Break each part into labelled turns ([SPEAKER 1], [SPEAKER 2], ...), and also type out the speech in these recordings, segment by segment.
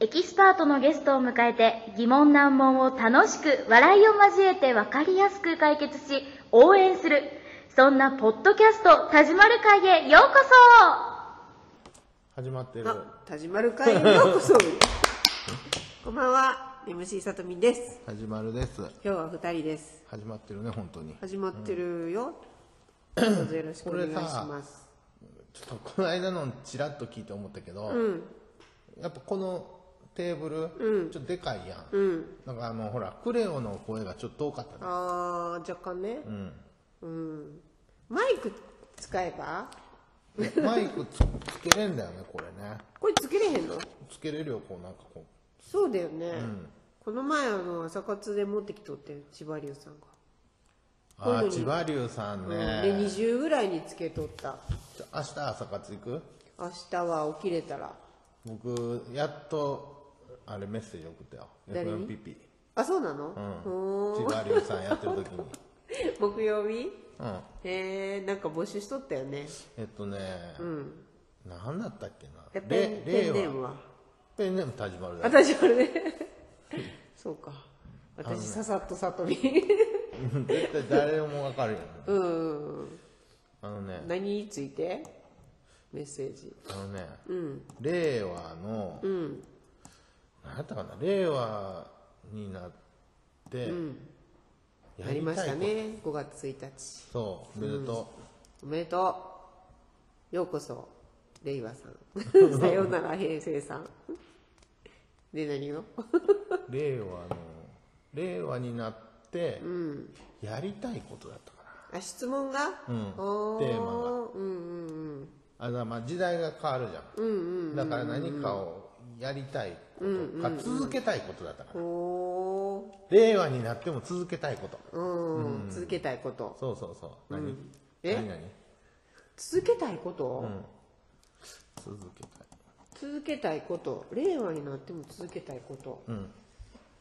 [SPEAKER 1] エキスパートのゲストを迎えて疑問難問を楽しく笑いを交えて分かりやすく解決し応援するそんなポッドキャスト「田島る会」へようこ
[SPEAKER 2] 始まってる
[SPEAKER 3] あ、田島る会へようこそ。こんばんは、MC さとみんです。
[SPEAKER 2] 始まるです
[SPEAKER 3] 今日は二人です。
[SPEAKER 2] 始まってるね本当に
[SPEAKER 3] 始まってるよ。どうぞよろしくお願いします。
[SPEAKER 2] ちょっとこの間のちらっと聞いて思ったけど、やっぱこのテーブル、ちょっとでかいやん、なんかあのほらクレオの声がちょっと多かったね
[SPEAKER 3] あー、若干ね。うん。マイク使えば
[SPEAKER 2] でマイクつつけれんだよねこれね
[SPEAKER 3] これつけれへんの
[SPEAKER 2] つけれるよこうなんかこ
[SPEAKER 3] そうだよね。この前、あの、朝活で持ってきとって、千葉龍さんが。
[SPEAKER 2] うああ
[SPEAKER 3] こういうのに
[SPEAKER 2] 千葉龍さんね、
[SPEAKER 3] うんで、20ぐらいにつけとった。
[SPEAKER 2] ちょ明日朝活行く
[SPEAKER 3] 明日は起きれたら。
[SPEAKER 2] 僕やっとあれメッセージ送ったよ
[SPEAKER 3] 誰に
[SPEAKER 2] FMPP
[SPEAKER 3] あ、そうな
[SPEAKER 2] う
[SPEAKER 3] の
[SPEAKER 2] ん千葉龍さんやってる時に
[SPEAKER 3] うん。木曜日
[SPEAKER 2] うん
[SPEAKER 3] へえなんか募集しとったよね
[SPEAKER 2] えっとね、なんだったっけ
[SPEAKER 3] え
[SPEAKER 2] な。
[SPEAKER 3] ペンペンネーム
[SPEAKER 2] は。
[SPEAKER 3] は
[SPEAKER 2] ペンネーム田島るだよ。
[SPEAKER 3] 私あれね そうか私ささっとさと み
[SPEAKER 2] 絶対誰もわかるよね。
[SPEAKER 3] うんうんうん
[SPEAKER 2] あのね、
[SPEAKER 3] 何についてメッセージ
[SPEAKER 2] あのね、令和の、なんやったかな、令和になって、や
[SPEAKER 3] やりました
[SPEAKER 2] りたいこ
[SPEAKER 3] ね5月1日
[SPEAKER 2] と。そう、見ると、
[SPEAKER 3] おめでとうようこそ令和さ んさようなら平成さんで何を
[SPEAKER 2] 令和の、令和になって、やりたいことだったかな。
[SPEAKER 3] あ質問が、
[SPEAKER 2] ん
[SPEAKER 3] お
[SPEAKER 2] テーマが
[SPEAKER 3] うんうんうん
[SPEAKER 2] あのまあ時代が変わるじゃん,、だから何かをやりたいこと、か続けたいことだったから、
[SPEAKER 3] おー
[SPEAKER 2] 令和になっても続けたいこと
[SPEAKER 3] うん、続けたいこと
[SPEAKER 2] そうそうそう何、
[SPEAKER 3] え
[SPEAKER 2] 何々
[SPEAKER 3] 続けたいこと、
[SPEAKER 2] 続けたい
[SPEAKER 3] 続けたいこと令和になっても続けたいことうん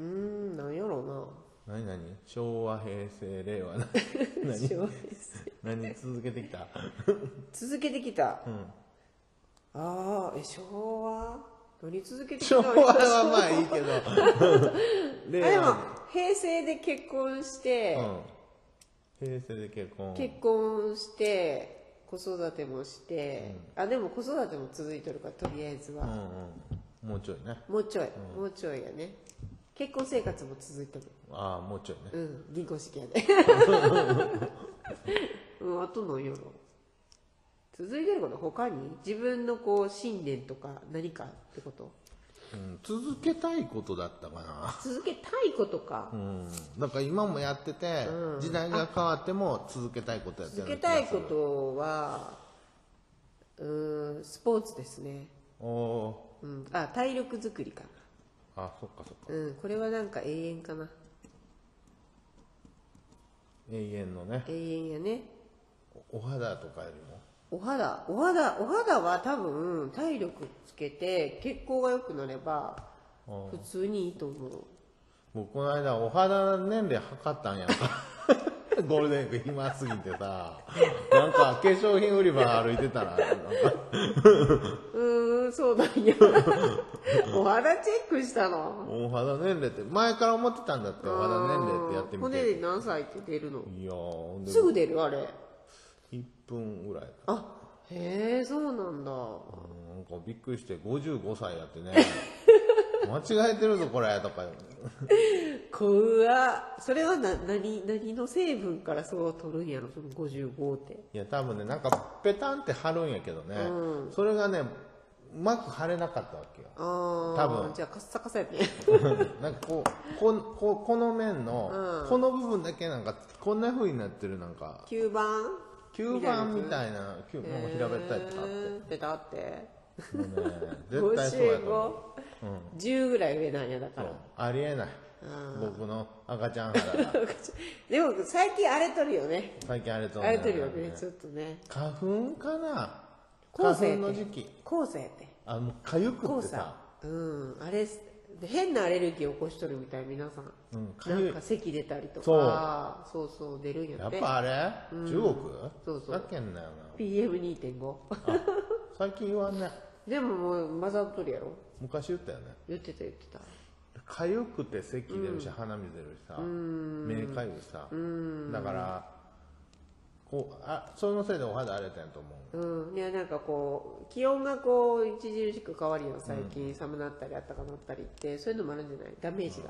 [SPEAKER 3] ーんなんやろ
[SPEAKER 2] 何々昭和平成令 和
[SPEAKER 3] うな
[SPEAKER 2] 何
[SPEAKER 3] 幸せ
[SPEAKER 2] 何続けてきた
[SPEAKER 3] 続けてきた、ああえ昭和何続けてきた
[SPEAKER 2] 昭和はま あいい けど令
[SPEAKER 3] あでも
[SPEAKER 2] 和
[SPEAKER 3] 平成で結婚して、
[SPEAKER 2] うん、平成で結婚
[SPEAKER 3] 結婚して子育てもして、あでも子育ても続いとるからとりあえず
[SPEAKER 2] うん
[SPEAKER 3] は、
[SPEAKER 2] うんもうちょいね
[SPEAKER 3] もうちょい、もうちょいやね結婚生活も続いとる
[SPEAKER 2] ああもうちょいね
[SPEAKER 3] うん、銀行式やで。 うん、あとのよろ。続いてること他に自分のこう信念とか何かってこと
[SPEAKER 2] うん続けたいことだったかな
[SPEAKER 3] 続けたいことか、
[SPEAKER 2] だから今もやってて、時代が変わっても続けたいことやってる
[SPEAKER 3] 続けたいことはうーんスポーツですね、
[SPEAKER 2] とお
[SPEAKER 3] うん、あ体力づくりか
[SPEAKER 2] ーあそっかそっか
[SPEAKER 3] な、うん、これはなんか永遠かな
[SPEAKER 2] 永遠のね
[SPEAKER 3] 永遠やね
[SPEAKER 2] おお肌とかよりも
[SPEAKER 3] お肌お肌お肌は多分体力つけて血行が良くなれば普通にいいと思う
[SPEAKER 2] 僕この間お肌年齢測ったんやんか ゴールデンウィーク暇すぎて さなんか化粧品売り場歩いてたらなんか
[SPEAKER 3] うーん、そうなん や。お肌チェックしたの。
[SPEAKER 2] お肌年齢って前から思ってたんだってお肌年齢ってやってみ
[SPEAKER 3] 骨
[SPEAKER 2] て
[SPEAKER 3] で何歳って出るの
[SPEAKER 2] いやーほんです
[SPEAKER 3] ぐ出るあれ。
[SPEAKER 2] 1分ぐらいか
[SPEAKER 3] あ、へえ、そうなんだ。
[SPEAKER 2] うんなんかびっくりして55歳やってね間違えてるぞこれとか
[SPEAKER 3] 怖っそれはな、何、何の成分からそう取るんやろ、その55って。
[SPEAKER 2] いや多分ねなんかペタンって貼るんやけどね、それがねうまく貼れなかったわけよ
[SPEAKER 3] あー、
[SPEAKER 2] 多分
[SPEAKER 3] じゃあカッサカサやね。
[SPEAKER 2] なんかこうこんここの面の、この部分だけなんかこんな風になってるなんか
[SPEAKER 3] 吸盤
[SPEAKER 2] 吸盤みたいな吸なんか平べったいとかあっ
[SPEAKER 3] って。ペタって。
[SPEAKER 2] てもうね絶対そうやと思う
[SPEAKER 3] 55。10ぐらい上なんや、だか
[SPEAKER 2] そ
[SPEAKER 3] ら
[SPEAKER 2] う。ありえない僕の赤ちゃん肌が
[SPEAKER 3] でも最近荒れとるよね。
[SPEAKER 2] 最近あれと思
[SPEAKER 3] 荒
[SPEAKER 2] う
[SPEAKER 3] れ
[SPEAKER 2] んだ
[SPEAKER 3] とる
[SPEAKER 2] よ
[SPEAKER 3] よ
[SPEAKER 2] ね
[SPEAKER 3] ね、ちょっとね。
[SPEAKER 2] 花粉かな花粉
[SPEAKER 3] 後世
[SPEAKER 2] の時期
[SPEAKER 3] 後世って
[SPEAKER 2] あもうかゆくっ
[SPEAKER 3] 後
[SPEAKER 2] て
[SPEAKER 3] 世
[SPEAKER 2] さ
[SPEAKER 3] うんあれ変なアレルギー起こしとるみたい皆さん、
[SPEAKER 2] うんか
[SPEAKER 3] な
[SPEAKER 2] ゆい
[SPEAKER 3] んか咳出たりとか
[SPEAKER 2] そ
[SPEAKER 3] そうそう出るんや
[SPEAKER 2] や
[SPEAKER 3] っ
[SPEAKER 2] ってぱあれ、中国
[SPEAKER 3] そうそう
[SPEAKER 2] だっけんだよな
[SPEAKER 3] PM2.5
[SPEAKER 2] 最近言わんね
[SPEAKER 3] でももう混ざっとるやろ
[SPEAKER 2] 昔言ったよね
[SPEAKER 3] 言ってた言ってた
[SPEAKER 2] かゆくて咳出るし、鼻水出るしさ目かゆいしさだからこうあそのせいでお肌荒れたんやと思う
[SPEAKER 3] うん、いやなんかこう気温がこう著しく変わるよ最近、寒なったり暖かなったりってそういうのもあるんじゃないダメージが、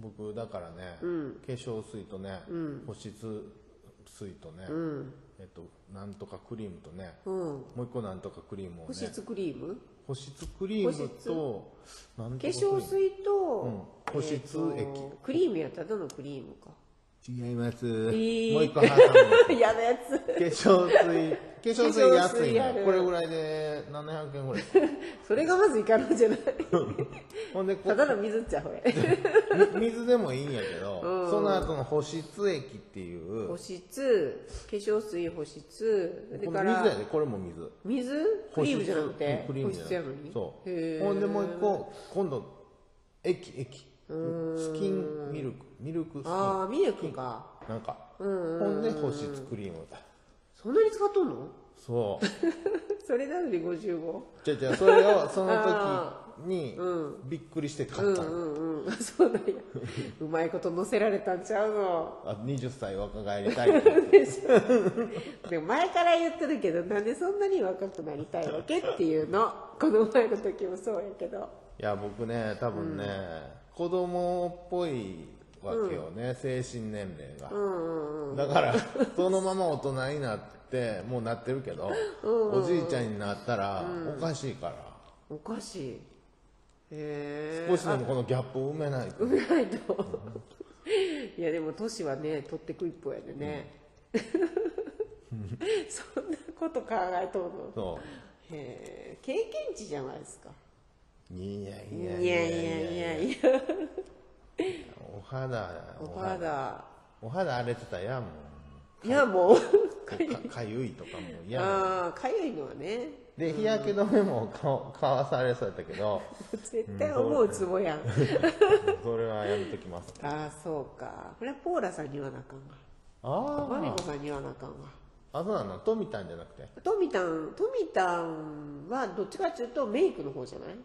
[SPEAKER 2] 僕だからね、化粧水とね、保湿水とね、えっとなんとかクリームとね、もう一個なんとかクリームを
[SPEAKER 3] 保
[SPEAKER 2] ね
[SPEAKER 3] 湿クリーム、
[SPEAKER 2] 保湿クリームとなんとかクリ
[SPEAKER 3] 化
[SPEAKER 2] ーム
[SPEAKER 3] 粧水と、
[SPEAKER 2] うん保湿液
[SPEAKER 3] えーとクリームやったらどのクリー ムか
[SPEAKER 2] 違います、
[SPEAKER 3] ー
[SPEAKER 2] もう一個挟む
[SPEAKER 3] 嫌なやつ
[SPEAKER 2] 化 粧水化粧水安い
[SPEAKER 3] 化粧水あ
[SPEAKER 2] ね
[SPEAKER 3] る
[SPEAKER 2] これぐらいで700円ぐら い
[SPEAKER 3] それがまずいかないじゃない
[SPEAKER 2] ほんでこ
[SPEAKER 3] ただの水っちゃこ れ
[SPEAKER 2] み水でもいいんやけど、その後の保湿液っていう
[SPEAKER 3] 保湿化粧水保湿それ
[SPEAKER 2] こ
[SPEAKER 3] か
[SPEAKER 2] の水や
[SPEAKER 3] ら
[SPEAKER 2] でこれも水
[SPEAKER 3] 水クリームじゃなくて
[SPEAKER 2] うんクリーム
[SPEAKER 3] 保
[SPEAKER 2] じゃな
[SPEAKER 3] 湿やのに
[SPEAKER 2] そう
[SPEAKER 3] へー
[SPEAKER 2] ほんでもう一個今度液液スキンミルクミルクスキン
[SPEAKER 3] ああミルクか
[SPEAKER 2] なんかほんで保湿クリーム
[SPEAKER 3] そんなに使っとんの
[SPEAKER 2] そう
[SPEAKER 3] それなのに55
[SPEAKER 2] じゃじゃそれをその
[SPEAKER 3] あ
[SPEAKER 2] 時 にびっくりして買ったの、
[SPEAKER 3] うんうん そうなんやうまいこと乗せられたんちゃうの
[SPEAKER 2] あ20歳若返りたいって
[SPEAKER 3] でしょでも前から言ってるけどなんでそんなに若くなりたいわけっていうのこの前の時もそうやけど
[SPEAKER 2] い や僕ね多分ね、子供っぽいわけよね、精神年齢が、だからそのまま大人になってもうなってるけど、おじいちゃんになったらおかしいから、
[SPEAKER 3] おかしいへえ
[SPEAKER 2] 少しでもこのギャップを埋めないと、
[SPEAKER 3] うまいと いやでも年はね取ってく一方やでね、そんなこと考えとんの
[SPEAKER 2] そ
[SPEAKER 3] へえ経験値じゃないですか
[SPEAKER 2] ういや
[SPEAKER 3] い
[SPEAKER 2] い
[SPEAKER 3] や
[SPEAKER 2] や
[SPEAKER 3] い
[SPEAKER 2] い
[SPEAKER 3] や
[SPEAKER 2] や
[SPEAKER 3] いやい
[SPEAKER 2] いや
[SPEAKER 3] や
[SPEAKER 2] いや
[SPEAKER 3] いや
[SPEAKER 2] お肌
[SPEAKER 3] お肌
[SPEAKER 2] お肌荒れてたらや もん
[SPEAKER 3] いやもう
[SPEAKER 2] かかゆいとかも嫌やもん
[SPEAKER 3] ああかゆいのはね
[SPEAKER 2] で日焼け止めも顔顔わされそうやったけ ど
[SPEAKER 3] 絶対思うツボやん
[SPEAKER 2] それはやめときます
[SPEAKER 3] ああそうかこれはポーラさんに言わなあかん
[SPEAKER 2] あ
[SPEAKER 3] わマミ
[SPEAKER 2] あ
[SPEAKER 3] コさんに言わなあかんわ
[SPEAKER 2] あそうなのトミタンじゃなくて
[SPEAKER 3] トミタントミタンはどっちかっていうとメイクの方じゃない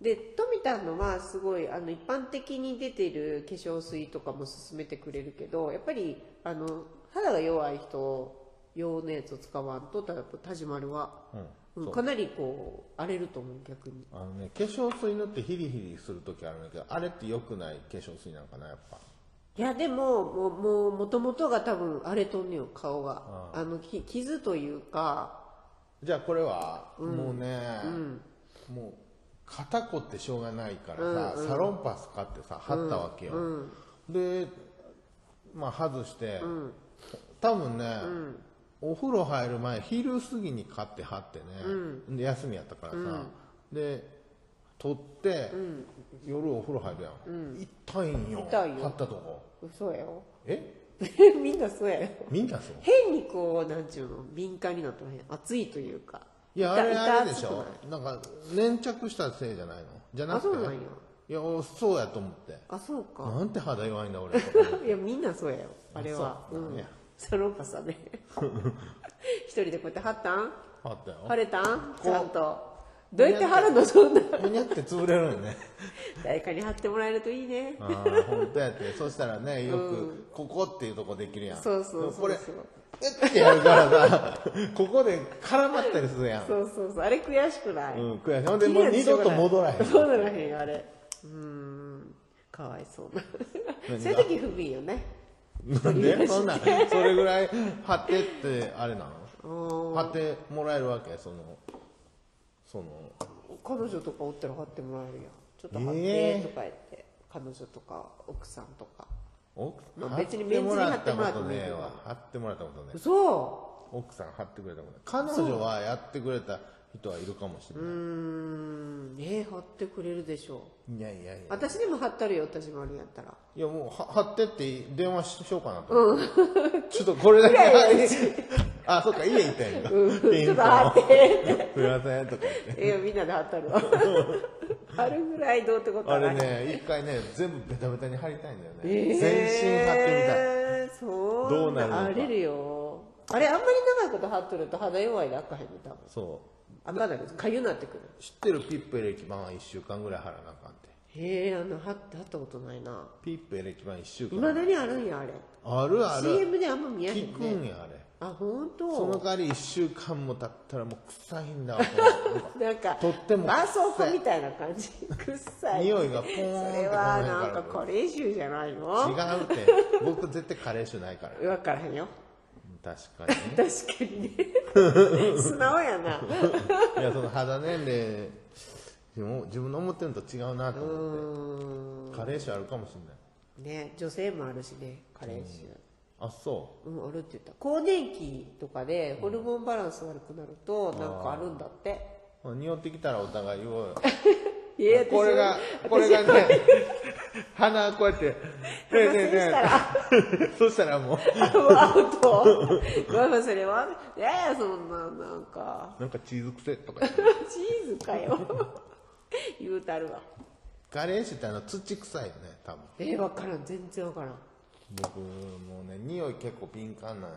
[SPEAKER 3] でトミタンのはすごいあの一般的に出てる化粧水とかも勧めてくれるけどやっぱりあの肌が弱い人用のやつを使わんとただ田島るは、
[SPEAKER 2] う
[SPEAKER 3] うんん
[SPEAKER 2] そう
[SPEAKER 3] かなりこう荒れると思う逆に
[SPEAKER 2] あのね化粧水塗ってヒリヒリする時あるんだけどあれって良くない化粧水なんかなやっぱ
[SPEAKER 3] いやでももうもう元々が多分荒れとんねよ顔があのき傷というか
[SPEAKER 2] じゃあこれは、もうね、もう肩こってしょうがないからさ、サロンパス買ってさ貼ったわけよ、でまあ外して、多分ね、お風呂入る前昼過ぎに買って貼ってね、で休みやったからさ、で取って、夜お風呂入るやん、痛いんよ
[SPEAKER 3] 痛いよ
[SPEAKER 2] 貼ったとこ
[SPEAKER 3] 嘘やよ
[SPEAKER 2] え
[SPEAKER 3] みんなそうやよ
[SPEAKER 2] みんなそう
[SPEAKER 3] 変にこうなんちゅうの敏感になってへん熱いというか
[SPEAKER 2] いやあ
[SPEAKER 3] 痛
[SPEAKER 2] れ
[SPEAKER 3] 痛
[SPEAKER 2] あれでし
[SPEAKER 3] 熱く
[SPEAKER 2] ょ
[SPEAKER 3] ない
[SPEAKER 2] なんか粘着したせいじゃないのじゃなくて
[SPEAKER 3] あそうなんや
[SPEAKER 2] いやおそうやと思って
[SPEAKER 3] あそうか
[SPEAKER 2] なんて肌弱いんだ 俺とか思って
[SPEAKER 3] いやみんなそうやよあれは
[SPEAKER 2] あそうなんや
[SPEAKER 3] サロンパスだね 一人でこうやって貼ったん
[SPEAKER 2] あったよ
[SPEAKER 3] 貼れたんちゃんとどうやって貼るのそんな
[SPEAKER 2] むにゃって潰れるよ ね
[SPEAKER 3] 誰かに貼ってもらえるといいね
[SPEAKER 2] ああ本当やってそしたらねよくここっていうとこできるやん
[SPEAKER 3] そうそうそう
[SPEAKER 2] で
[SPEAKER 3] そ
[SPEAKER 2] もこ
[SPEAKER 3] う
[SPEAKER 2] れえってやるからさ ここで絡まったりするやん
[SPEAKER 3] そうそうそうあれ悔しくない、
[SPEAKER 2] うん悔しいほんでもう二度と戻らへん
[SPEAKER 3] そうならへんあれうーんかわいそうな そう
[SPEAKER 2] 何が
[SPEAKER 3] いう時不憫よね
[SPEAKER 2] なんでそんなんそれぐらい貼ってってあ れなの貼ってもらえるわけそのその
[SPEAKER 3] 彼女とかおったら貼ってもらえるやんちょっと貼っ
[SPEAKER 2] え
[SPEAKER 3] て
[SPEAKER 2] え
[SPEAKER 3] とか言って、彼女とか奥さんとか
[SPEAKER 2] 奥
[SPEAKER 3] まあ
[SPEAKER 2] 貼
[SPEAKER 3] 別にメンズに貼ってもらってもいいけど
[SPEAKER 2] 貼ってもらったことねえわ貼ってもらったことね
[SPEAKER 3] 嘘
[SPEAKER 2] 奥さん貼ってくれたことない彼女はやってくれた人はいるかもしれ
[SPEAKER 3] う
[SPEAKER 2] な
[SPEAKER 3] ーんええ貼ってくれるでしょ
[SPEAKER 2] いいやいやいや
[SPEAKER 3] 私でも貼ったるよ私もあるんやったら
[SPEAKER 2] いやもうは貼ってって電話しようかなと思って、ちょっとこれだけあそっか家行ったんや、
[SPEAKER 3] う
[SPEAKER 2] ピ
[SPEAKER 3] んち
[SPEAKER 2] ン
[SPEAKER 3] ょ
[SPEAKER 2] ポ
[SPEAKER 3] っと
[SPEAKER 2] ン
[SPEAKER 3] 貼って
[SPEAKER 2] すいませんとか言って
[SPEAKER 3] ええみんなで貼ったるわ貼るぐらいどうってこ と
[SPEAKER 2] あ
[SPEAKER 3] はな
[SPEAKER 2] れ
[SPEAKER 3] い
[SPEAKER 2] ね一回ね全部ベタベタに貼りたいんだよね、
[SPEAKER 3] えー
[SPEAKER 2] 全身貼ってみたい
[SPEAKER 3] そう
[SPEAKER 2] どうなるのか
[SPEAKER 3] 荒れるよあれあんまり長いこと貼っとると肌弱いであかへんね多分
[SPEAKER 2] そう
[SPEAKER 3] あんただけどかゆなってくる
[SPEAKER 2] 知ってるピップエレキバンは1週間ぐらい貼らなあかんて
[SPEAKER 3] へえあの貼って貼ったことないな
[SPEAKER 2] ピップエレキバン1週
[SPEAKER 3] いまだ
[SPEAKER 2] 間
[SPEAKER 3] にあるんやあれ
[SPEAKER 2] あるある
[SPEAKER 3] CM であんま見やへん
[SPEAKER 2] 聞
[SPEAKER 3] ね
[SPEAKER 2] くんやあれ
[SPEAKER 3] あ本当
[SPEAKER 2] その代わり1週間も経ったらもう臭いんだわと思って
[SPEAKER 3] なんか
[SPEAKER 2] とっても
[SPEAKER 3] 絆創膏みたいな感じ臭い
[SPEAKER 2] 匂いがポーンって
[SPEAKER 3] それは
[SPEAKER 2] この
[SPEAKER 3] な
[SPEAKER 2] 辺
[SPEAKER 3] ん
[SPEAKER 2] から
[SPEAKER 3] かカレー臭じゃないの
[SPEAKER 2] 違うって僕絶対カレー臭ないから
[SPEAKER 3] 分からへんよ
[SPEAKER 2] 確かにね
[SPEAKER 3] 確か にね素直やない
[SPEAKER 2] やその肌年齢でも自分の思ってるのと違うなと
[SPEAKER 3] う
[SPEAKER 2] 思っ
[SPEAKER 3] ーん
[SPEAKER 2] てカレー臭あるかもしれない
[SPEAKER 3] ね女性もあるしねカレー臭
[SPEAKER 2] あそ
[SPEAKER 3] うんあるって言った更年期とかでホルモンバランス悪くなるとなんかあるんだって
[SPEAKER 2] う匂ってきたらお互い言おうよ
[SPEAKER 3] いや私
[SPEAKER 2] これがこれがね鼻こうやってねえねえねえそしたらもう
[SPEAKER 3] アウトまあまあそれはええそんななんか
[SPEAKER 2] なんかチーズ癖とか言って
[SPEAKER 3] チーズかよ言うたるわ
[SPEAKER 2] カレー臭ってあの土臭いよね多分
[SPEAKER 3] ええ分からん全然分からん
[SPEAKER 2] 僕もね匂い結構敏感なんよ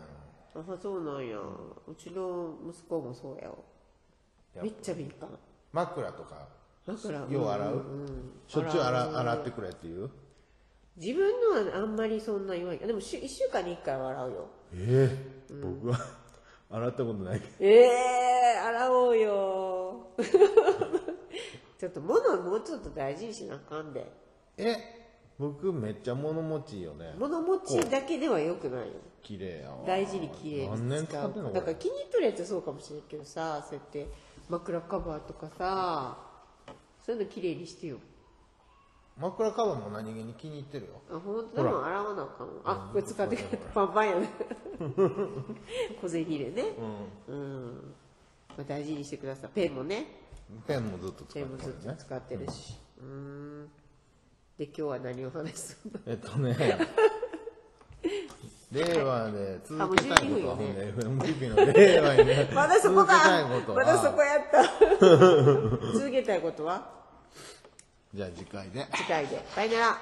[SPEAKER 3] あそうなんやうちの息子もそうやよ
[SPEAKER 2] やっぱ
[SPEAKER 3] めっちゃ敏感
[SPEAKER 2] 枕とか
[SPEAKER 3] だから
[SPEAKER 2] よう洗う、
[SPEAKER 3] んん
[SPEAKER 2] しょっちゅう洗
[SPEAKER 3] 洗う
[SPEAKER 2] 洗ってくれっていう
[SPEAKER 3] 自分のはあんまりそんな弱いでもし1週間に1回は洗うよ
[SPEAKER 2] ええ僕は 洗ったことない
[SPEAKER 3] ええ洗おうよ ちょっと物をもうちょっと大事にしなあかんで
[SPEAKER 2] え僕めっちゃ物持ちいいよね
[SPEAKER 3] 物持ちだけではよくないよ
[SPEAKER 2] 綺麗やわ
[SPEAKER 3] 大事に綺麗に
[SPEAKER 2] 何年使ってんの
[SPEAKER 3] だ
[SPEAKER 2] こ
[SPEAKER 3] から
[SPEAKER 2] れ
[SPEAKER 3] 気に入っとるやつそうかもしれんけどさそうやって枕カバーとかさそういうの綺麗にしてよ
[SPEAKER 2] 枕カバーも何気に気に入ってるよ
[SPEAKER 3] あ本当
[SPEAKER 2] ほ
[SPEAKER 3] で
[SPEAKER 2] ら
[SPEAKER 3] も洗わなあかんわあこれ使ってくれパンパンやね小銭入れねうん、まあ、大事にしてくださいペンもね
[SPEAKER 2] ペンもずっと使
[SPEAKER 3] ペ
[SPEAKER 2] っ
[SPEAKER 3] ンも
[SPEAKER 2] て
[SPEAKER 3] ずっ
[SPEAKER 2] る
[SPEAKER 3] と
[SPEAKER 2] ね
[SPEAKER 3] 使ってるしうーんで今日は何を話 すの
[SPEAKER 2] えっと ね令和で続けたいことは
[SPEAKER 3] あも
[SPEAKER 2] ほ
[SPEAKER 3] うん
[SPEAKER 2] で FMTP の令和にね
[SPEAKER 3] まだそ
[SPEAKER 2] 続
[SPEAKER 3] こ
[SPEAKER 2] けたい
[SPEAKER 3] だ
[SPEAKER 2] ことは
[SPEAKER 3] まだそこやった 続けたいことは
[SPEAKER 2] じゃあ次回で
[SPEAKER 3] 次回でさよなら